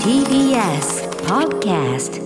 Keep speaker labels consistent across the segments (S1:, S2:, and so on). S1: TBS Podcast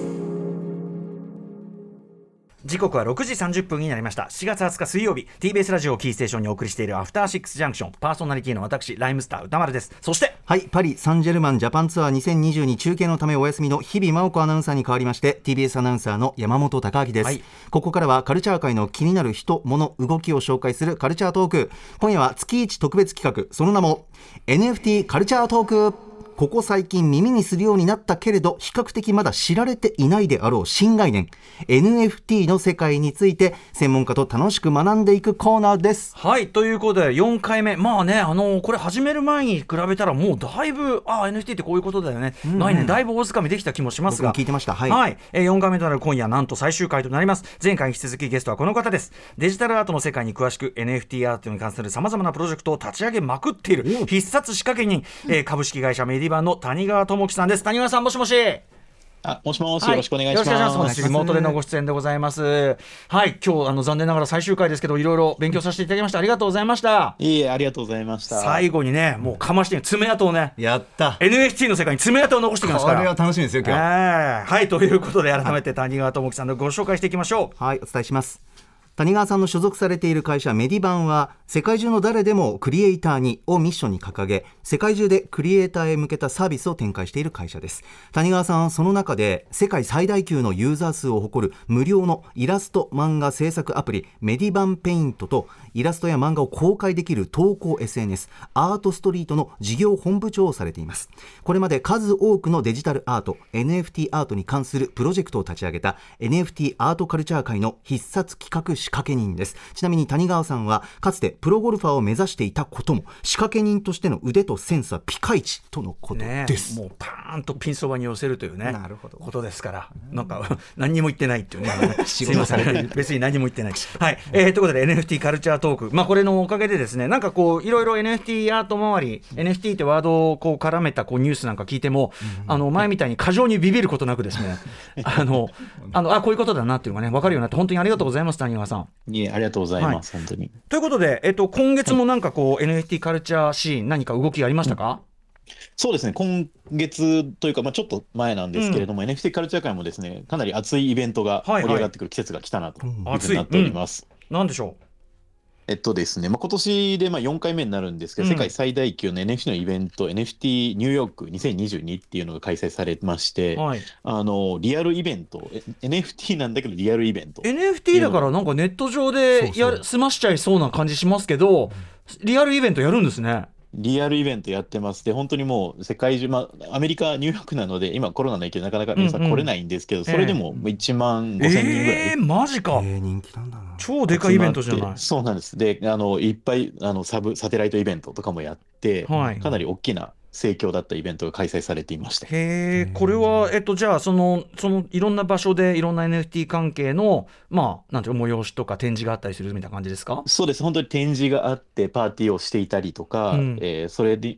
S2: 時刻は6時30分になりました4月20日水曜日 TBS ラジオをキーステーションにお送りしているアフターシックスジャンクションパーソナリティの私ライムスター歌丸ですそして
S3: はい、パリ・サンジェルマンジャパンツアー2022中継のためお休みの日々真央子アナウンサーに代わりまして TBS アナウンサーの山本貴明です、
S2: はい
S3: ここからはカルチャー界の気になる人、物、動きを紹介するカルチャートーク今夜は月一特別企画その名も NFT カルチャートークここ最近耳にするようになったけれど比較的まだ知られていないであろう新概念 NFT の世界について専門家と楽しく学んでいくコーナーです
S2: はいということで4回目まあねあのこれ始める前に比べたらもうだいぶああ NFT ってこういうことだよね、概念だいぶ大掴みできた気もします
S3: 僕
S2: が
S3: も聞いてましたはい
S2: えー4回目となる今夜なんと最終回となります前回に引き続きゲストはこの方ですデジタルアートの世界に詳しく NFT アートに関するさまざまなプロジェクトを立ち上げまくっている必殺仕掛け人、えー株式会社メディバンの谷川智樹さんです谷川さんもしもし
S4: あ、もしもし、よろしくお願いします。
S2: はよろ
S3: いします
S2: リモートでのご出演でございます。はい、今日あの残念ながら最終回ですけど、いろいろ勉強させていただきました。ありがとうございました。
S4: いえいえ、ありがとうございました。
S2: 最後にね、もうかまして爪痕をね、
S3: やった
S2: NFT の世界に爪痕を残してきますから。
S3: 楽しみですよ
S2: ええはい、ということで改めて谷川智樹さんのご紹介していきましょう。
S3: はい、お伝えします。谷川さんの所属されている会社メディバンは世界中の誰でもクリエイターにをミッションに掲げ世界中でクリエイターへ向けたサービスを展開している会社です谷川さんはその中で世界最大級のユーザー数を誇る無料のイラスト漫画制作アプリメディバンペイントとイラストや漫画を公開できる投稿 SNS アートストリートの事業本部長をされていますこれまで数多くのデジタルアート NFT アートに関するプロジェクトを立ち上げた NFT アートカルチャー界の必殺企画仕掛け人ですちなみに谷川さんはかつてプロゴルファーを目指していたことも仕掛け人としての腕とセンスはピカイチとのこと
S2: ね
S3: で、す、
S2: もうパーンとピンそばに寄せるというね
S3: なるほど
S2: ことですからなんか 何にも言ってないって いうね
S3: 仕
S2: すい
S3: 事
S2: ま
S3: を
S2: せ
S3: されている
S2: ん 別に何も言ってない、はいえーということで NFT カルチャートーク、まあ、これのおかげでですねなんかこういろいろ NFT アート周り NFT ってワードをこう絡めたこうニュースなんか聞いても、あの前みたいに過剰にビビることなく ですねあのあのあこういうことだなっていうのがね分かるようになって本当にありがとうございます谷川さん。
S4: いえ、ありがとうございます。本当に。
S2: ということで、えっと、今月もなんかこう NFT カルチャーシーン何か動きありましたか、
S4: そうですね、今月というか、まあ、ちょっと前なんですけれども、NFT カルチャー界もですね、かなり熱いイベントが
S2: はい
S4: 盛り上がってくる季節が来たなという
S3: うん
S4: ふうになっております。
S2: なんでしょ
S4: えっとですね、まあ、今年でまあ4回目になるんですけど、
S2: うん
S4: 世界最大級の NFT のイベント、NFT ニューヨーク2022っていうのが開催されまして、
S2: う、はい、
S4: あの、リアルイベント、え NFT なんだけどリアルイベント。
S2: NFT だからなんかネット上でや
S3: そうそ
S2: る済ましちゃいそうな感じしますけど、リアルイベントやるんですね。
S4: リアルイベントやってます。で、本当にもう世界中、まあ、アメリカ、ニューヨークなので、今コロナの影響でなかなか皆さ
S2: うんうん
S4: ん来れないんですけど、それでも1万5千人ぐら
S2: え
S4: い
S2: ー、。マジ
S3: え
S2: か、
S3: ー、人気なんだな
S2: 超でかいイベントじゃ
S4: 集ま
S2: な
S4: っ
S2: い
S4: て。そうなんです。で、あの、いっぱい、あの、サブ、サテライトイベントとかもやって、
S2: はい
S4: かなり大きな盛況だったイベントが開催されていました。
S2: へえ、これは、えっと、じゃあ、その、その、いろんな場所で、いろんな NFT 関係の、まあ、なんていうの催しとか展示があったりするみたいな感じですか
S4: そうです。本当に展示があって、パーティーをしていたりとか、
S2: うん
S4: えーそれで、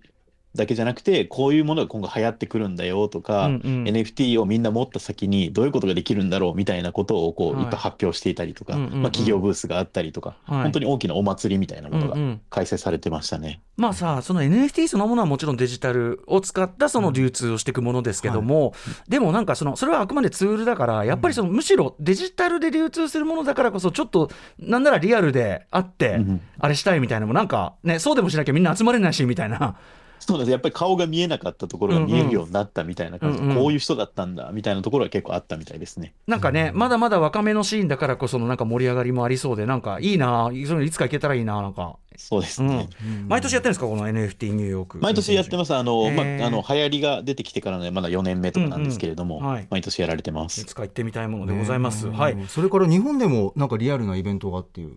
S4: だけじゃなくて、こういうものが今後流行ってくるんだよとか、
S2: うんうん
S4: NFT をみんな持った先にどういうことができるんだろうみたいなことをこう
S2: はい
S4: いっぱい発表していたりとか、
S2: うんうんうん
S4: まあ、企業ブースがあったりとか、
S2: はい
S4: 本当に大きなお祭りみたいなもの
S2: うんう
S4: が
S2: ん
S4: 開催されてましたね。
S2: まあさその NFT そのものはもちろんデジタルを使ったその流通をしていくものですけども、でもなんかそのそれはあくまでツールだからやっぱりそのむしろデジタルで流通するものだからこそちょっとなんならリアルであって
S4: うんうん
S2: あれしたいみたいなのもなんかねそうでもしなきゃみんな集まれないしみたいな
S4: そうなんです。やっぱり顔が見えなかったところが見えるようになったみたいな感じで、
S2: うんうん
S4: こういう人だったんだみたいなところが結構あったみたいですね。
S2: なんかねまだまだ若めのシーンだからこそのなんか盛り上がりもありそうでなんかいいなそういうのいつか行けたらいいななんか、
S4: そうです
S2: う
S4: ね。
S2: ん、毎年やってるんですかこの NFT ニューヨーク
S4: 毎年やってます。あの、ま
S2: へー
S4: あ、あの、流行りが出てきてからね、まだ4年目とかなんですけれども、
S2: うんうんはい
S4: 毎年やられてます
S2: い。つか行ってみたいものでございます、
S3: ね
S2: はい
S3: それから日本でもなんかリアルなイベントがっていう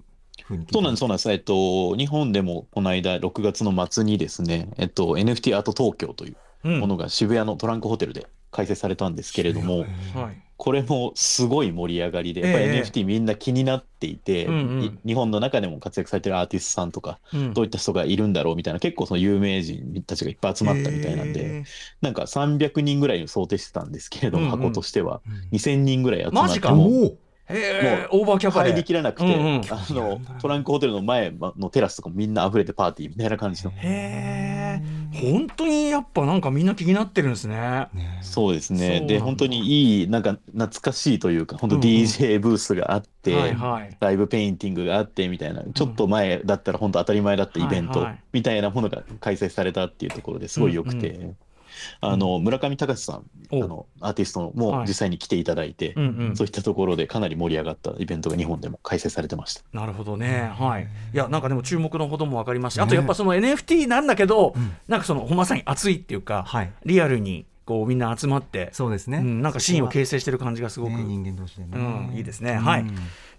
S3: ふうに聞いて
S4: そうなんです、そうなんです。えっと、日本でもこの間、6月の末にですね、えっと、NFT アート東京という
S2: うん
S4: ものが渋谷のトランクホテルで開催されたんですけれども、
S2: はい
S4: これもすごい盛り上がりで、やっぱり
S2: ええ
S4: NFT みんな気になっていて、
S2: うんうん
S4: い日本の中でも活躍されてるアーティストさんとか、
S2: うん
S4: どういった人がいるんだろうみたいな、結構その有名人たちがいっぱい集まったみたいなん
S2: へ
S4: で、
S2: ー
S4: なんか300人ぐらいを想定してたんですけれど
S2: うん
S4: も、
S2: うん
S4: 箱としては
S3: うん。
S4: 2000人ぐらい集ま
S2: マ
S4: っ
S2: ジ
S4: て
S2: か
S4: もう
S3: おお
S2: へー
S4: も
S2: オーバーキャパで
S4: 入りきらなくて、
S2: うんうん
S4: あのトランクホテルの前のテラスとかみんな溢れてパーティーみたいな感じの、
S2: へえ本当にやっぱなんかみんな気になってるんですね。
S3: ね
S4: そうです
S2: そうな
S4: ね
S2: んだ
S4: で本当にいいなんか懐かしいというか本当
S2: うんうん
S4: DJ ブースがあって、
S2: はいはい。
S4: ライブペインティングがあってみたいな、ちょっと前だったら本当当たり前だったイベン
S2: はい
S4: ト
S2: はい
S4: みたいなものが開催されたっていうところですごい良くて、あの村上隆さん、
S2: お
S4: あのアーティストも
S2: はい
S4: 実際に来ていただいて、
S2: うんうん
S4: そういったところでかなり盛り上がったイベントが日本でも開催されてました。
S2: なるほどね、はい、いやなんかでも注目のほども分かりますし、あとやっぱその NFT なんだけど、なんかそのほんまさに熱いっていうか、
S3: はい
S2: リアルにこうみんな集まって、
S3: そうですね
S2: んなんかシーンを形成してる感じがすごく、
S3: ね人間同士でね、
S2: うん、いいですね。はい、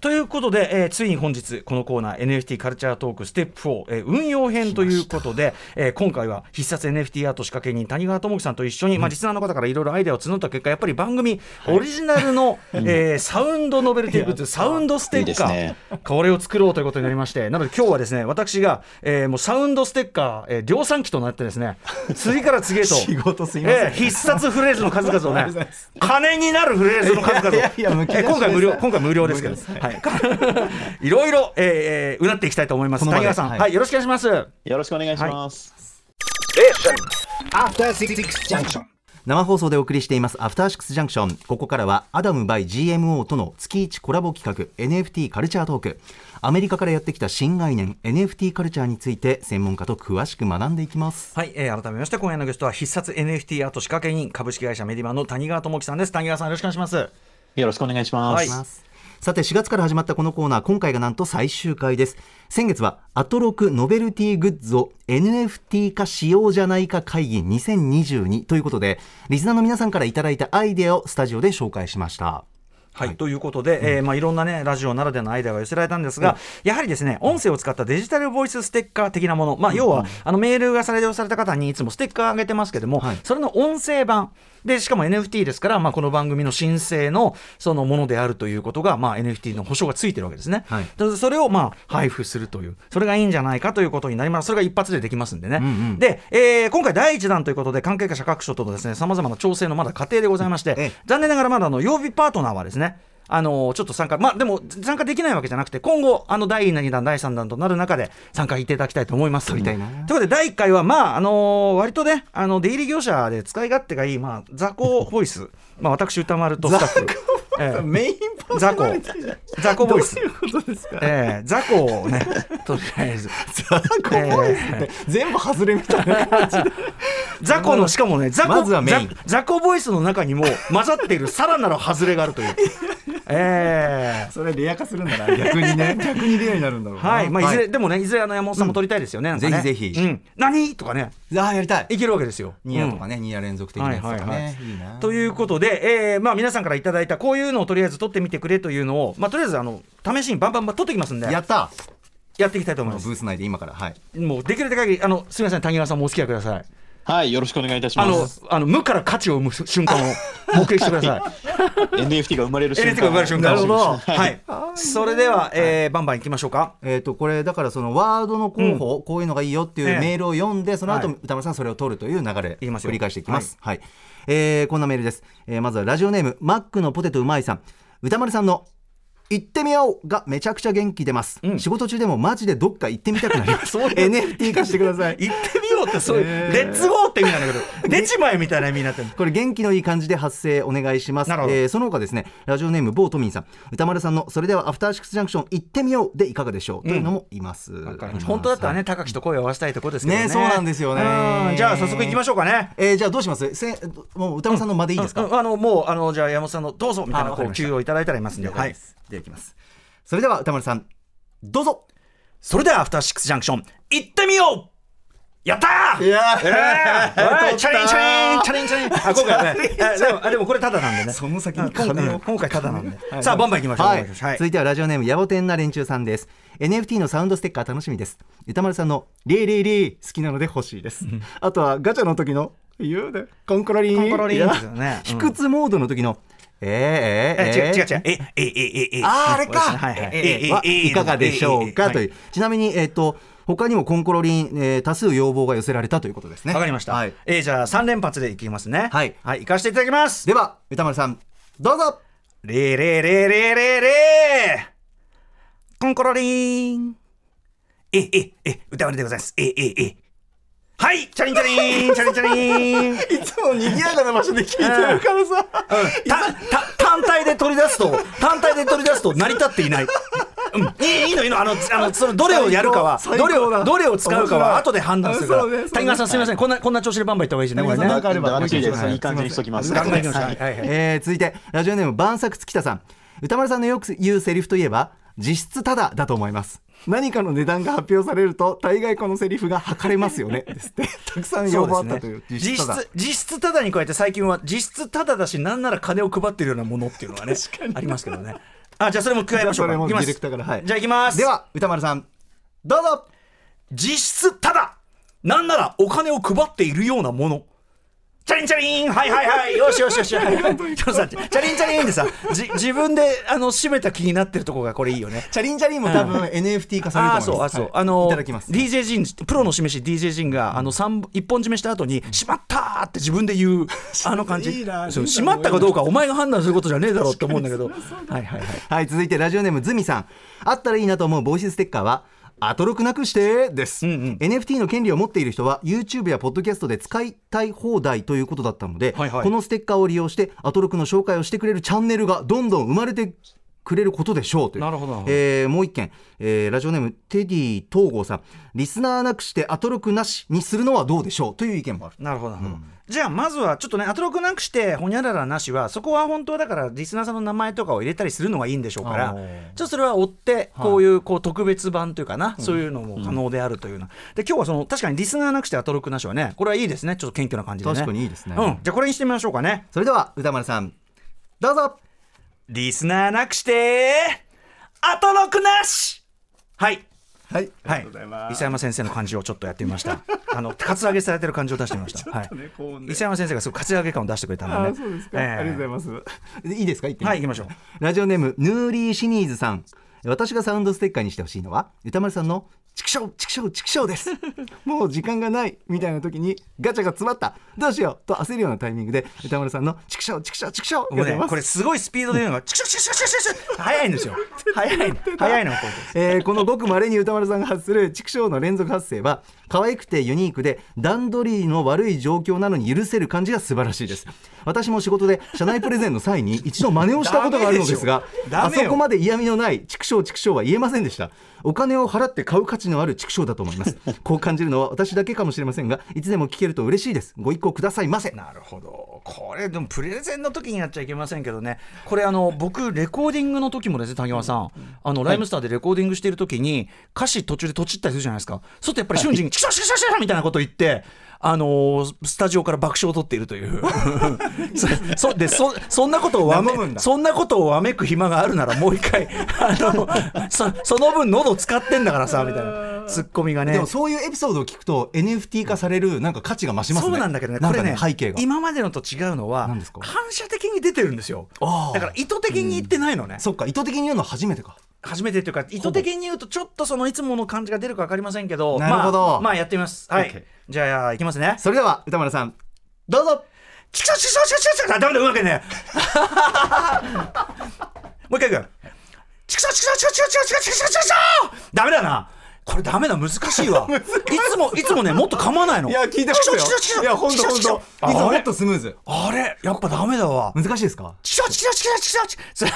S2: ということで、えーついに本日このコーナー NFT カルチャートークステップ4、えー運用編ということで、えー今回は必殺 NFT アート仕掛け人谷川智樹さんと一緒に、まあ、リスナーの方からいろいろアイデアを募った結果やっぱり番組オリジナルの、えーサウンドノベルティグッズサウンドステ
S4: いい
S2: ッ
S4: です
S2: カー
S4: ね
S2: これを作ろうということになりましてなので今日はですね私が、えーもうサウンドステッカー、えー量産機となってですね次から次へと
S3: 仕事すいません
S2: えー必殺フレーズの数々を
S3: ありがとうござい
S2: ね
S3: ます
S2: 金になるフレーズの数々を
S3: いやいやいやむき出し
S2: えー今回無料
S3: です
S2: 今回無料ですけど
S3: 無料です
S2: はい、 いろいろ、えーえーうなっていきたいと思います。
S3: この場
S2: 谷川
S3: で
S2: さん、は、
S3: はいい
S2: よろしくお願いします。
S4: よろしくお願いします。
S5: After Six Junction.
S3: 生放送でお送りしていますアフターシックスジャンクションここからはアダム by GMO との月1コラボ企画 NFT カルチャートークアメリカからやってきた新概念 NFT カルチャーについて専門家と詳しく学んでいきます
S2: はい、えー改めまして今夜のゲストは必殺 NFT アート仕掛け人株式会社メディマンの谷川智樹さんです。谷川さんよろしくお願いします。
S4: よろしくお願いしま
S2: は
S4: す。
S3: さて4月から始まったこのコーナー今回がなんと最終回です先月はアトロクノベルティグッズを NFT 化しようじゃないか会議2022ということでリスナーの皆さんからいただいたアイデアをスタジオで紹介しました
S2: はい、ということで、えーまあ、いろんな、ね、ラジオならではのアイデアが寄せられたんですが、やはりですね音声を使ったデジタルボイスステッカー的なもの、まあ、要は、あのメールが採用された方にいつもステッカーあげてますけども、
S3: はい
S2: それの音声版でしかも NFT ですから、まあ、この番組の申請のそのものであるということが、まあ、NFT の保証がついてるわけですね、
S3: はい
S2: でそれを、まあ、配布するというそれがいいんじゃないかということになりますそれが一発でできますんでね、で、えー今回第一弾ということで関係者各所とのですねさまざまな調整のまだ過程でございまして、
S3: ええ
S2: 残念ながらまだあの曜日パートナーはですねあのちょっと参加、まあ、でも参加できないわけじゃなくて、今後、あの第2弾、第3弾となる中で参加いただきたいと思います。
S3: りたいな
S2: ということで、第1回は、まああの割とね、あの出入り業者で使い勝手がいい、まあ、雑魚 ボイス、まあ私、歌丸とスタッフ、ええ
S3: メインパ
S2: 雑魚、雑魚ボイス、
S3: ことです か
S2: ええ雑魚を ね、とりあえず、え
S3: 全部外れみたいな感じで
S2: 雑魚のしかもね雑魚
S3: まずはメイン
S2: 雑雑魚ボイスの中にも混ざっているさらなる外れがあるという。ええ
S3: それレア化するんだな 逆にね逆にレアになるんだろうな
S2: はいまあ、いずれ、でもねいずれあの山本さんも撮りたいですよね,なんかね、
S3: ぜひぜひ
S2: うん、何とかね
S3: ああやりたい
S2: いけるわけですよ
S3: ニアとかね、ニア連続的な
S2: は
S3: や
S2: い
S3: つと
S2: は
S3: か
S2: い
S3: ね、
S2: はい
S3: いな
S2: ということで、えーまあ、皆さんからいただいたこういうのをとりあえず撮ってみてくれというのを、まあ、とりあえずあの試しにバンバンバン撮ってきますんで
S3: や
S2: や
S3: った
S2: っていきたいと思い
S3: ブ
S2: ます
S3: ース内で今からはい
S2: もうできる限りあのすみません谷川さんもお付き合いください
S4: はい、よろしくお願いいたし
S2: あ
S4: ま
S2: の
S4: す。
S2: あの無から価値を生む瞬間 を目撃してください
S4: NFT が生まれる瞬
S2: NFT
S4: 間。
S2: が生まれる瞬間
S3: なるほど
S2: はい、それでは、えーバンバンいきましょうか
S3: えー、とこれだからそのワードの候補、こういうのがいいよってい
S2: ええ
S3: うメールを読んで、その後、
S2: はい
S3: 歌丸さんそれを取るという流れ
S2: いきますよ
S3: 繰り返していきます、はいえーこんなメールです、えーまずはラジオネームマックのポテトうまいさん歌丸さんの「行ってみよう!」がめちゃくちゃ元気出ます、
S2: うん
S3: 仕事中でもマジでどっか行ってみたくなります
S2: そういう
S3: NFT 化してください
S2: 行ってみようってそういう、
S3: えー
S2: レッツゴーって意味なんだ けど出ちまえみたいな意味になってる
S3: これ元気のいい感じで発声お願いします。え
S2: なるほど
S3: ーその他ですね、ラジオネーム某都民さん、歌丸さんのそれではアフターシックスジャンクション行ってみようでいかがでしょう、というのもいます。
S2: 本当だったらね高木と声を合わせたいところですけどね
S3: ねそうなんですよね
S2: うんじゃあ早速行きましょうかね
S3: えーじゃあどうします？せもう歌丸さんの間でいいですか？
S2: うんあのもうあのじゃあ山本さんのどうぞみたい
S3: あ
S2: な
S3: わ
S2: こ
S3: かり
S2: う
S3: ました
S2: 給与をいただいたらいますんで、
S3: 了
S2: は
S3: 解
S2: い
S3: で、すではいきます。それでは歌丸さんどうぞ。
S2: それではアフターシックスジャンクション行ってみようやったー
S3: いやー
S2: えーおいチャリンチャリンチャリンチャリンあ今回はねえでもあでもこれタダなんでね
S3: その先
S2: うん
S3: に
S2: 今
S3: 金
S2: 回
S3: を
S2: 今回タダなんでさあバンバン行きましょう
S3: はい、
S2: バンバン行きましょうはい
S3: 続いてはラジオネームやぼてんな連中さんです NFT のサウンドステッカー楽しみです歌丸さんのリーリーリー好きなので欲しいですあとはガチャの時の言うねコンコロリン
S2: コンコロリン
S3: いや
S2: ですよねうん
S3: 卑屈モードの時のえー、
S2: え
S3: えー、
S2: 違う
S3: えー
S2: 違う違うえええええ
S3: あーあれか、
S2: はいはい
S3: えーえーはい
S2: ええ
S3: いかがでしょう
S2: ええええ
S3: かという、ちなみにえっ、と他にもコンコロリン、えー多数要望が寄せられたということですね
S2: わかりました、
S3: はい、
S2: えーじゃあ3連発でいきますね
S3: はい
S2: はい、行かせていただきます
S3: では歌丸さんどうぞ
S2: レレレレレレコンコロリーンえええ歌われでございますえええはいチャリンチャリンチャリンチャリン
S3: いつも賑やかな場所で聞いてるからさ、
S2: たた単体で取り出すと単体で取り出すと成り立っていない。うん、いいいいのいいのあのあのそのどれをやるかは
S3: 最
S2: ど
S3: 高
S2: れをどれを使うか
S3: 面白
S2: はい後で判断するから、
S3: そうねそうね
S2: 谷川さんすみません、こんなこんな調子でバンバンいった方がいいですねこれね
S3: 谷川さ
S4: なん
S3: かあれば
S4: んかいいで
S3: もう一
S4: す
S3: 枚
S4: いい感じにしときます。
S2: 頑張りましょう
S4: はい
S2: はいはい
S3: えー続いてラジオネーム晩作月田さん歌丸さんのよく言うセリフといえば実質ただだと思います何かの値段が発表されると大概このセリフが吐かれますよねですって たくさん要望あったという
S2: そうですね、実
S3: ただ
S2: 質実質ただに加えて最近は実質ただだしなんなら金を配ってるようなものっていうのがねありますけどねあじゃあそれも加えましょう
S3: そ
S2: か
S3: れも
S2: い
S3: デ
S2: きま
S3: ィ
S2: す
S3: レクターからはい
S2: じゃあいきます
S3: では歌丸さんどうぞ
S2: 実質ただなんならお金を配っているようなものチャリンチャリンはいはいはいよしよしよしはいはいちょっとさチャリンチャリンでさじ自分であの締めた気になってるとこがこれいいよね
S3: チャリンチャリンも多分 NFT 化され
S2: あ
S3: る
S2: あ
S3: と
S2: そうあ
S3: 思います
S2: そう、
S3: はい
S2: あの
S3: いただきます
S2: DJ ジンプロの示し DJ ジンがあの三一本締めした後に「しまった!」って自分で言 うあの感
S3: い
S2: じ
S3: いな
S2: そう
S3: いいな
S2: しまったかどうかはお前が判断することじゃねえだろうって思うんだけどはいはいはい
S3: はい続いてラジオネームズミさんあったらいいなと思う帽子ステッカーはアトロクなくしてです、NFT の権利を持っている人は YouTube やポッドキャストで使いたい放題ということだったので、
S2: はいはい
S3: このステッカーを利用してアトロクの紹介をしてくれるチャンネルがどんどん生まれてくれることでしょうという
S2: なるほどなるほど
S3: えーもう一件、えーラジオネームテディ東郷さんリスナーなくしてアトロクなしにするのはどうでしょうという意見もある
S2: なるほどなるほど、じゃあまずはちょっとねアトロクなくしてほにゃららなしはそこは本当はだからリスナーさんの名前とかを入れたりするのがいいんでしょうから
S3: あ
S2: ちょ
S3: ー
S2: っとそれは追ってこういうこう特別版というかな、そういうのも可能であるというようなで今日はその確かにリスナーなくしてアトロクなしはねこれはいいですねちょっと謙虚な感じでね
S3: 確かにいいですね
S2: うん、じゃあこれにしてみましょうかね
S3: それでは歌丸さんどうぞ
S2: リスナーなくして、アトロクなしはい。
S3: はい
S2: はい。伊山先生の漢字をちょっとやってみました。あの、カツアゲされてる漢字を出してみました。はい。伊山先生がすごいカツアゲ感を出してくれたんでね。ええ
S3: ます、いいですか言ってみて
S2: はい、行きましょう。
S3: ラジオネームヌーリーシニーズさん私がサウンドステッカーにしてほしいのは歌丸さんの「ちくしょうちくしょうちくしょう」ですもう時間がないみたいな時にガチャが詰まったどうしようと焦るようなタイミングで歌丸さんの「ちくしょうちくしょうちくしょう」
S2: も
S3: が
S2: う
S3: 出
S2: ね
S3: ま、す
S2: これすごいスピードで言うのが、チクシュクシュクシュクシュクシュ早いんですよ。早いの。早いの、こうです。
S3: えーこのごくまれに歌丸さんが発する畜生の連続発生は可愛くてユニークで段取りの悪い状況なのに許せる感じが素晴らしいです私も仕事で社内プレゼンの際に一度真似をしたことがあるのですが
S2: ダ
S3: あ
S2: メよ
S3: そこまで嫌味のない畜生畜生は言えませんでしたお金を払って買う価値のある畜生だと思いますこう感じるのは私だけかもしれませんがいつでも聞けると嬉しいですご一行くださいませ
S2: なるほど、これ、でもプレゼンの時にやっちゃいけませんけどね、これ、あの僕、レコーディングの時もですね、谷川さん、あのライムスターでレコーディングしている時に、歌詞途中でとちったりするじゃないですか、そうするとやっぱり瞬時に、チクシャシャシャシャみたいなこと言って、あのースタジオから爆笑を取っているという、そそでそそんなことをわめ
S3: 和むんだ
S2: そんなことをわめく暇があるなら、もう一回、あのそその分、喉使ってんだからさ、みたいな、ツッコミがね。
S3: でもそういうエピソードを聞くと NFT 化されるなんか価値が増しますね
S2: そうなんだけどね、
S3: な
S2: こ
S3: んか
S2: れ
S3: ね
S2: ね、
S3: 背景が
S2: 今までのと違うのは、
S3: 何
S2: 反
S3: ですか
S2: 射的に出てるんですよ。
S3: あー
S2: だから意図的に言ってないのね。
S3: そっか意図的に言うのは初めてか
S2: 初めてというか、意図的に言うと、ちょっとそのいつもの感じが出るか分かりませんけど、
S3: なるほど
S2: まあ、まあやってみます。は
S3: OK
S2: い。じゃあ、いきますね。
S3: それでは歌丸さんどうぞ
S2: チクショチクショチクショチクショあダメだ、うまくね。もう一回いく。チクショチクショチクショチクショチクショチクショダメだな。これダメだ、難しいわ。いつも、いつもね、もっと噛まないの。
S3: いや、聞いてますよ
S2: チクショチクショチクシ。ョ
S3: いや、ほんとほん
S2: チクショチ
S3: と
S2: ク。シ
S3: いつ
S2: ョ
S3: も
S2: あ
S3: も
S2: れ
S3: っとスムーズ。
S2: あれやっぱダメだわ。
S3: 難しいですか
S2: チクショチクショチクショチクシ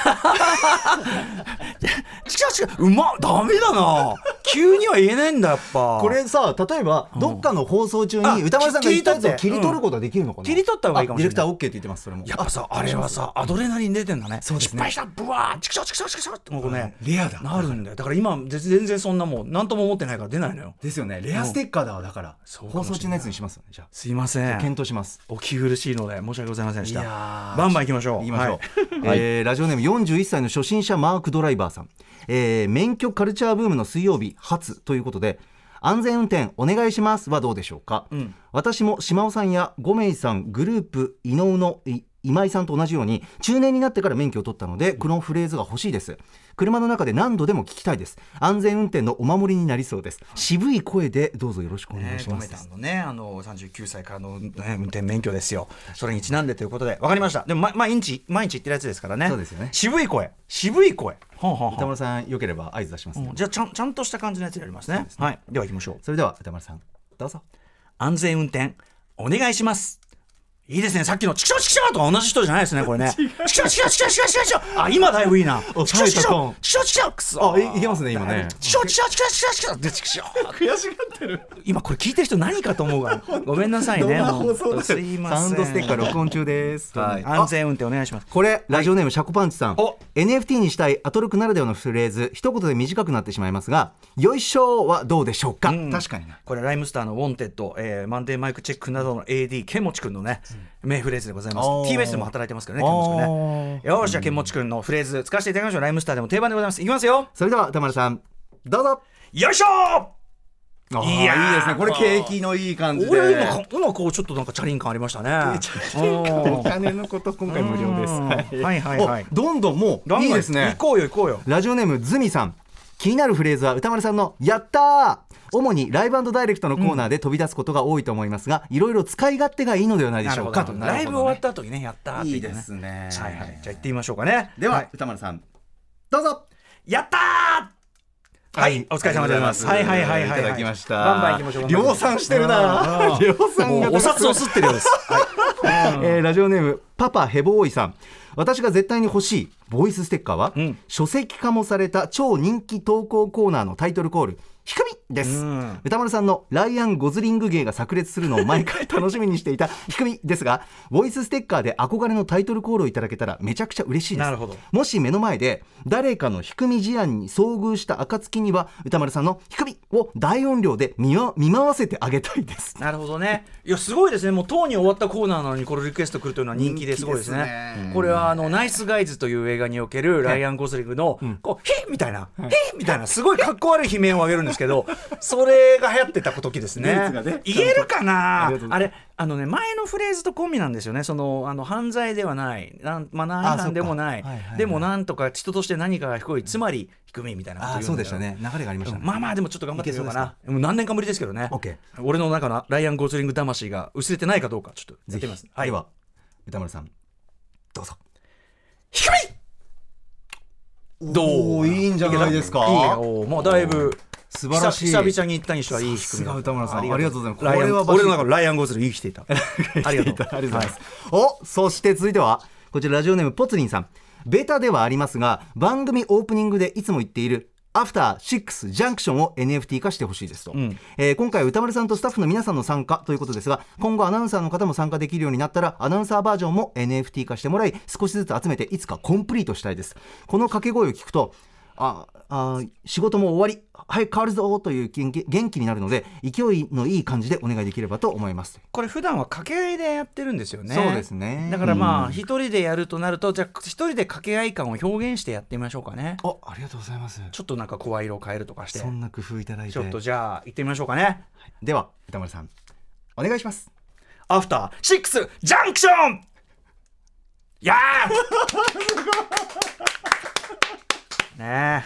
S2: ョチクショチクショチクショチクショうまっダメだな急には言えないんだやっぱ
S3: これさ、例えば、どっかの放送中
S2: あ
S3: に歌丸さんが言ったやつを
S2: 切
S3: 切
S2: り取って
S3: り取ることはできるのかな
S2: 切り取った方がいいかもしれない
S3: あディレクター OK って言ってます、それも。
S2: やっぱさあれはさアドレナリン出てんだね
S3: そうですね
S2: 失敗したブワーチクショチクショチクショってもうね
S3: うんレアだ
S2: なるんだよだから今ぜ全然そんなもん何とも思ってないから出ないのよ
S3: ですよね。レアステッカーだわ、だから。
S2: うかも
S3: 放
S2: しれない
S3: 送中のやつにしますよね、じゃ
S2: すいませ
S3: あ。検
S2: ん
S3: 討します。
S2: お気苦しいので申し訳ございませんでした
S3: いやー
S2: バンバン行きましょう
S3: いきましょう
S2: は。
S3: えーラジオネーム41歳の初心者マークドライバーさん。えー免許カルチャーブームの水曜日初ということで、安全運転お願いしますはどうでしょうか。私も島尾さんや五名さん、グループ、井上の、い今井さんと同じように中年になってから免許を取ったのでこのフレーズが欲しいです車の中で何度でも聞きたいです安全運転のお守りになりそうです渋い声でどうぞよろしくお願いし
S2: ト
S3: ま
S2: メ
S3: す、
S2: タンのね、あの39歳からの、ね、運転免許ですよ、それにちなんでということで、わかりました、でも、ま、毎日、毎日言ってるやつですからね、
S3: そうですよね
S2: 渋い声、渋い声、はんはんはん
S3: 歌丸さんよければ合図出しますね、
S2: うんじゃあちゃん、ちゃんとした感じのやつやりますね、はい、では行きましょう、
S3: それでは歌丸さんどうぞ
S2: 安全運転、お願いします。いいですね、さっきの、チクショチクショとか同じ人じゃないですね、これね。チクショチクショチクショチクショチクショあ、今だいぶいいな。チクショチクショチクショチクショくそ
S3: あいいけますね今ね
S2: チクショチクショチクショチクショでチクショ
S3: 悔しがってる
S2: 今これ聞いてる人何かと思うがごめんなさい
S3: どん
S2: ね
S3: な放送
S2: 本
S3: だ
S2: 当すいません
S3: サウンドステッカー録音中です、はい、
S2: 安全運転お願いします
S3: これラジオネームシャコパンチさん、
S2: お
S3: NFT にしたいアトロクならではのフレーズ一言で短くなってしまいますが「よいしょ」はどうでしょうか、確かにな
S2: これライムスターの「ウォンテッド」えーマンデーマイクチェックなどの AD ケンモチ君のね、名フレーズでございます
S3: あー
S2: TBS でも働いてますからねケンモチ君ねよーしじゃあケンモチ君のフレーズ使わせていただきましょうライムスターでも定番でございますいきますよ
S3: それでは歌丸さんどうぞ
S2: よいしょー
S3: いや
S2: いやー
S3: 景気のいい感
S2: 俺今こ今こうちょっとなんかチャリン感ありましたね
S3: お金のこと今回無料です
S2: うん
S3: は
S2: は
S3: い
S2: いはいはい
S3: おどんどんも
S2: どんど
S3: う
S2: ん
S3: いいですね
S2: 行こうよ行こうよ
S3: ラジオネームズミさん気になるフレーズは歌丸さんの「やったー!」主にライブダイレクトのコーナーで飛び出すことが多いと思いますが、いろいろ使い勝手がいいのではないでしょうかと
S2: ライブ終わったた後にねやったーって
S3: い
S2: 言
S3: い
S2: ってね
S3: ですね
S2: はいはいじゃあ行ってみましょうかね
S3: では、歌丸さんどうぞ
S2: やったーは
S3: はい
S2: い、お疲れ様でございます。
S3: あ
S2: は
S3: り
S2: い
S3: がとう
S2: はい
S3: ございま
S2: はいは
S3: す
S2: い。
S3: いただきました
S2: バンバン行きましょう。
S3: 量産してるな
S2: あー
S3: 量産
S2: も
S3: が
S2: うお札を吸ってるようです。
S3: えーラジオネームパパヘボーイさん私が絶対に欲しいボイスステッカーは、
S2: ん
S3: 書籍化もされた超人気投稿コーナーのタイトルコール「ひくみ」です、
S2: うん
S3: 歌丸さんのライアン・ゴズリング芸が炸裂するの を毎回楽しみにしていた「ひくみ」ですがボイスステッカーで憧れのタイトルコールをいただけたらめちゃくちゃ嬉しいです
S2: なるほど
S3: もし目の前で誰かのひくみ事案に遭遇した暁には歌丸さんの「ひくみ」を大音量で見ま見回せてあげたいです
S2: なるほどね。いや、すごいですね。もう、とうに終わったコーナーなのに、これリクエスト来るというのは人気ですごいですね。
S3: 人気ですね
S2: これは、あの、ナイスガイズという映画における、ライアン・ゴスリングの、こう、ヒッみたいな、ヒッみたいな、すごいかっこ悪い悲鳴を上げるんですけ ど、それが流行ってた時ですね
S3: ルーツがね。
S2: 言えるかな
S3: ありがとうご
S2: あ
S3: ざい
S2: れ、あのね、前のフレーズとコンビなんですよね。その、あの、犯罪ではない、なんマナー違反でもな
S3: あそっかはいはいはい
S2: い、でもなんとか人として何かが低い、つまり低みみたいなこと言んだよ
S3: 流れがありま
S2: うんまあまあでもちょっと頑張ってみようか
S3: いけそう
S2: なもう何年かぶりですけどね
S3: OK
S2: 俺の中のライアン・ゴーズリング魂が薄れてないかどうかちょっとや
S3: ぜ
S2: って
S3: ひ
S2: みますはい
S3: では歌丸さんどうぞ
S2: 低いどう
S3: おーいいんじゃないですか
S2: いいよもうだいぶ
S3: 素晴
S2: 久
S3: らしい
S2: 々久々に行ったにしてはいい低みだ
S3: さすが歌丸さんありがとうございます
S2: ライアン
S3: これはバシ
S2: 俺
S3: ッ
S2: の中のライアン・ゴーズリング生きて いたありがとう
S3: ありがとうございます、おそして続いてはこちらラジオネームぽつりんさんベタではありますが番組オープニングでいつも言っているアフターシックスジャンクションを NFT 化してほしいですと、えー今回歌丸さんとスタッフの皆さんの参加ということですが今後アナウンサーの方も参加できるようになったらアナウンサーバージョンも NFT 化してもらい少しずつ集めていつかコンプリートしたいですこの掛け声を聞くとああ仕事も終わり早く変わるぞという元気元気になるので勢いのいい感じでお願いできればと思います
S2: これ普段は掛け合いでやってるんですよね
S3: そうですね
S2: だからまあ一人でやるとなるとじゃあ一人で掛け合い感を表現してやってみましょうかね
S3: あありがとうございます
S2: ちょっとなんか声色を変えるとかして
S3: そんな工夫いただいて
S2: ちょっとじゃあ行ってみましょうかね
S3: では歌丸さんお願いします
S2: アフターシックスジャンクションやーね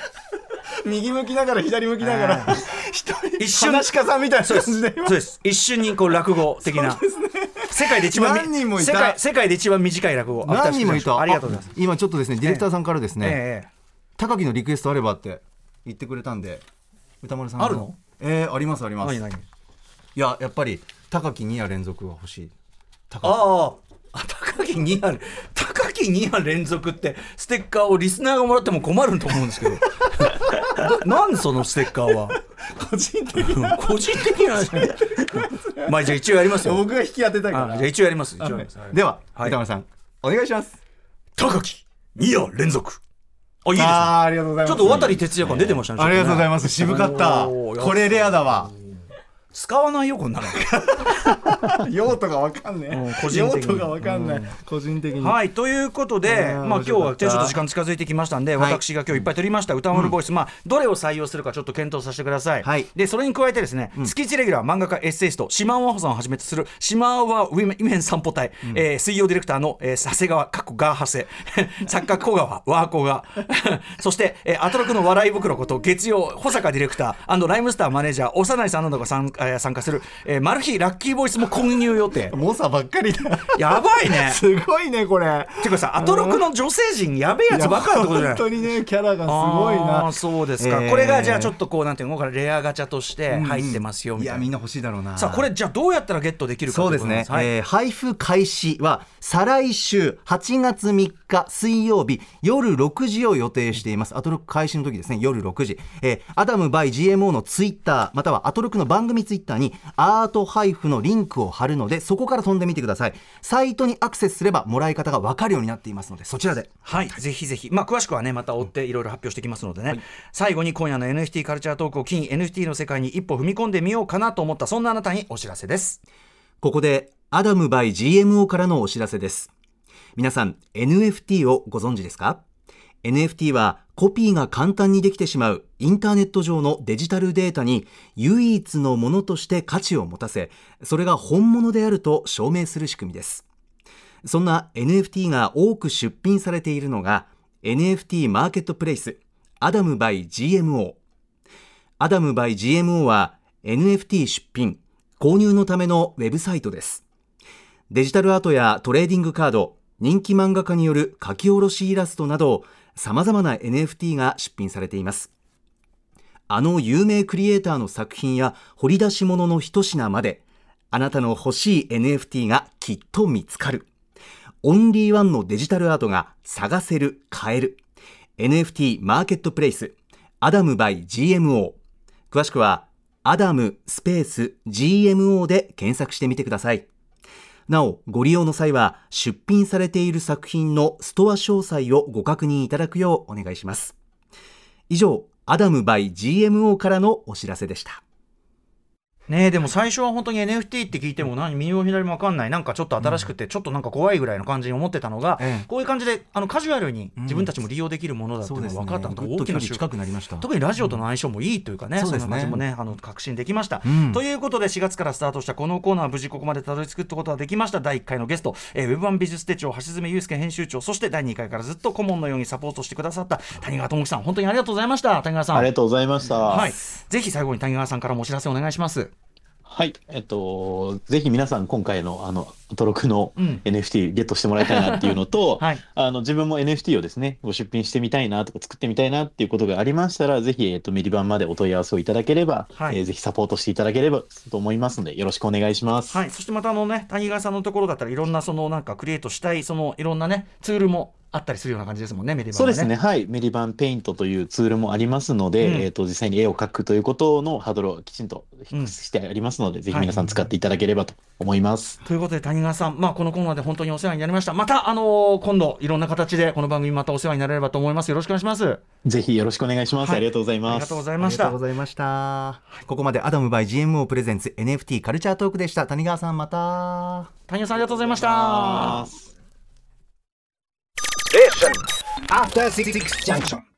S3: 右向きながら左向きながら一人
S2: 一瞬
S3: 話し家さんみたいな
S2: えそう
S3: 感
S2: です
S3: じで
S2: そうです一瞬にこう落語的な世界で一番み
S3: 何人もいた
S2: 世界世界で一番短い落語アフター
S3: 何
S2: シッ
S3: 人も
S2: ク
S3: い
S2: スジャンクショ
S3: た
S2: ンありがとうございます
S3: あ今ちょっとですねディレクターさんからですね、
S2: ええ
S3: 高木のリクエストあればって言ってくれたんで歌丸さん
S2: あるの
S3: えーありますあります
S2: 何
S3: い
S2: 何
S3: ややっぱり高木2夜連続が欲しい
S2: あああ高木2夜高木2夜連続ってステッカーをリスナーがもらっても困ると思うんですけど ななんそのステッカーは
S3: 個人的に
S2: うん個人的な話まあじゃあ一応やりますよ
S3: が引き当てたい
S2: あじゃあ一応やります。一応やります。
S3: では、
S2: はい
S3: 歌丸さんお願いします
S2: 高木2夜連続。あいいですね。
S3: あーありがとうござい
S2: ちょっと渡哲也感出てましたね。。
S3: ありがとうございますす渋かった
S2: おー
S3: これレアだわ
S6: 使わないよこんなの用途がわかんね
S2: うん個
S6: え
S2: 人
S6: 用
S2: 的に
S6: 途がわかんない個人的に
S2: はいということで、
S6: うん
S2: まあ、今日
S6: 面白か
S2: は
S6: った
S2: ちょっと時間近づいてきましたんで、
S3: はい
S2: 私が今日いっぱい取りました歌丸ボイス、まあ、どれを採用するかちょっと検討させてください、
S3: はい
S2: でそれに加えてですね、月1レギュラー漫画家エッセイスト島尾和穂さんをはじめとする島尾和ウィメンウィメン散歩隊、えー水曜ディレクターの、えー、長谷川かっこガーハセ 作家小川ワーコが そして、えーアトロクの笑い袋こと月曜保坂ディレクターライムスターマネージャー幼井さんなどが参,、えー参加する、えーマルヒラッキーボイスも混入予定
S6: 猛者ばっかりだ
S2: やばいね
S6: すごいねこれ
S2: てかさアトロクの女性陣やべえやつばっかりってことじゃない
S6: いや本当にねキャラがすごい
S2: あー
S6: な
S2: そうですか、
S3: えー
S2: これがじゃあちょっとこうなんていうのかなレアガチャとして入ってますよみ
S3: い
S2: た
S3: や
S2: いな、
S3: みんな欲しいだろうな
S2: さあこれじゃあどうやったらゲットできるか
S3: そう
S2: とい
S3: で
S2: こ
S3: す
S2: となんは
S3: ね、
S2: い
S3: えー配布開始は再来週8月3日水曜日夜6時を予定していますアトロック開始の時ですね夜6時、えーアダムバイ GMO のツイッターまたはアトロックの番組ツイッターにアート配布のリンクを貼るのでそこから飛んでみてくださいサイトにアクセスすればもらい方が分かるようになっていますのでそちらで
S2: はい、ぜひぜひ、まあ、詳しくはね、また追っていろいろ発表してきますのでね、最後に今夜の NFT カルチャートークを機に NFT の世界に一歩踏み込んでみようかなと思った、そんなあなたにお知らせです。
S3: ここでアダムバイ GMO からのお知らせです。皆さん NFT をご存知ですか ?NFT はコピーが簡単にできてしまうインターネット上のデジタルデータに唯一のものとして価値を持たせ、それが本物であると証明する仕組みです。そんな NFT が多く出品されているのが NFT マーケットプレイスアダムバイ GMO アダムバイ GMO は NFT 出品、購入のためのウェブサイトです。デジタルアートやトレーディングカード、人気漫画家による書き下ろしイラストなど、様々な NFT が出品されています。あの有名クリエイターの作品や掘り出し物の一品まで、あなたの欲しい NFT がきっと見つかる。オンリーワンのデジタルアートが探せる、買える。NFT マーケットプレイス、アダム by GMO。詳しくは、アダムスペース GMO で検索してみてください。なお、ご利用の際は、出品されている作品のストア詳細をご確認いただくようお願いします。以上、アダム by GMO からのお知らせでした。
S2: ねえ、でも最初は本当に NFT って聞いても何、右も左も分かんない、なんかちょっと新しくて、ちょっとなんか怖いぐらいの感じに思ってたのが、
S3: ええ
S2: こういう感じであのカジュアルに自分たちも利用できるものだっていうのが分かったのと大きな収穫
S3: くなりました
S2: 特にラジオとの相性もいいというかね、
S3: そう
S2: そ
S3: で
S2: ん
S3: す
S2: な
S3: ね
S2: 感じもね、あの確信できました、
S3: ん
S2: ということで、4月からスタートしたこのコーナー、無事ここまでたどり着くことができました、第1回のゲスト、えー、ウェブ版美術手帳、橋爪祐介編集長、そして第2回からずっと顧問のようにサポートしてくださった谷川智樹さん、本当にありがとうございました、谷川さん。
S4: ありがとうございました。
S2: はい、ぜひ最後に谷川さんからもお知らせお願いします。
S4: はい、えっと、ぜひ皆さん今回のあの、登録の
S2: うん
S4: NFT ゲットしてもらいたいなっていうのと、
S2: はい
S4: あの、自分も NFT をですね、ご出品してみたいなとか作ってみたいなっていうことがありましたら、ぜひ、えっと、メディバンまでお問い合わせをいただければ、
S2: はい
S4: えーぜひサポートしていただければと思いますので、よろしくお願いします。
S2: はい、そしてまたあのね、谷川さんのところだったらいろんなそのなんかクリエイトしたい、そのいろんなね、ツールもあったりするような感じですもんね、メディバ
S4: そう
S2: ンは
S4: ですね。。はい。メディバンペイントというツールもありますので、
S2: うん
S4: えっと、実際に絵を描くということのハードルをきちんと低くしてありますので、ぜひ皆さん使っていただければと思います。
S2: ということで谷川さん、まあ、このコーナーで本当にお世話になりました。また、あのー今度いろんな形でこの番組またお世話になれればと思います。よろしくお願いします。
S4: ぜひよろしくお願いします。
S2: はい
S4: ありがとうござい
S2: あ
S4: ま
S2: りが
S4: す
S2: とう。ござい
S3: あ
S2: ま
S3: り
S2: し
S3: が
S2: た
S3: とうご。ざいました。ここまでアダム by GMO プレゼンツ NFT カルチャートークでした。谷川さんまた。
S2: 谷川さんありがとうございまし
S4: あ
S2: た
S4: ー。
S5: Station. After Six Junction.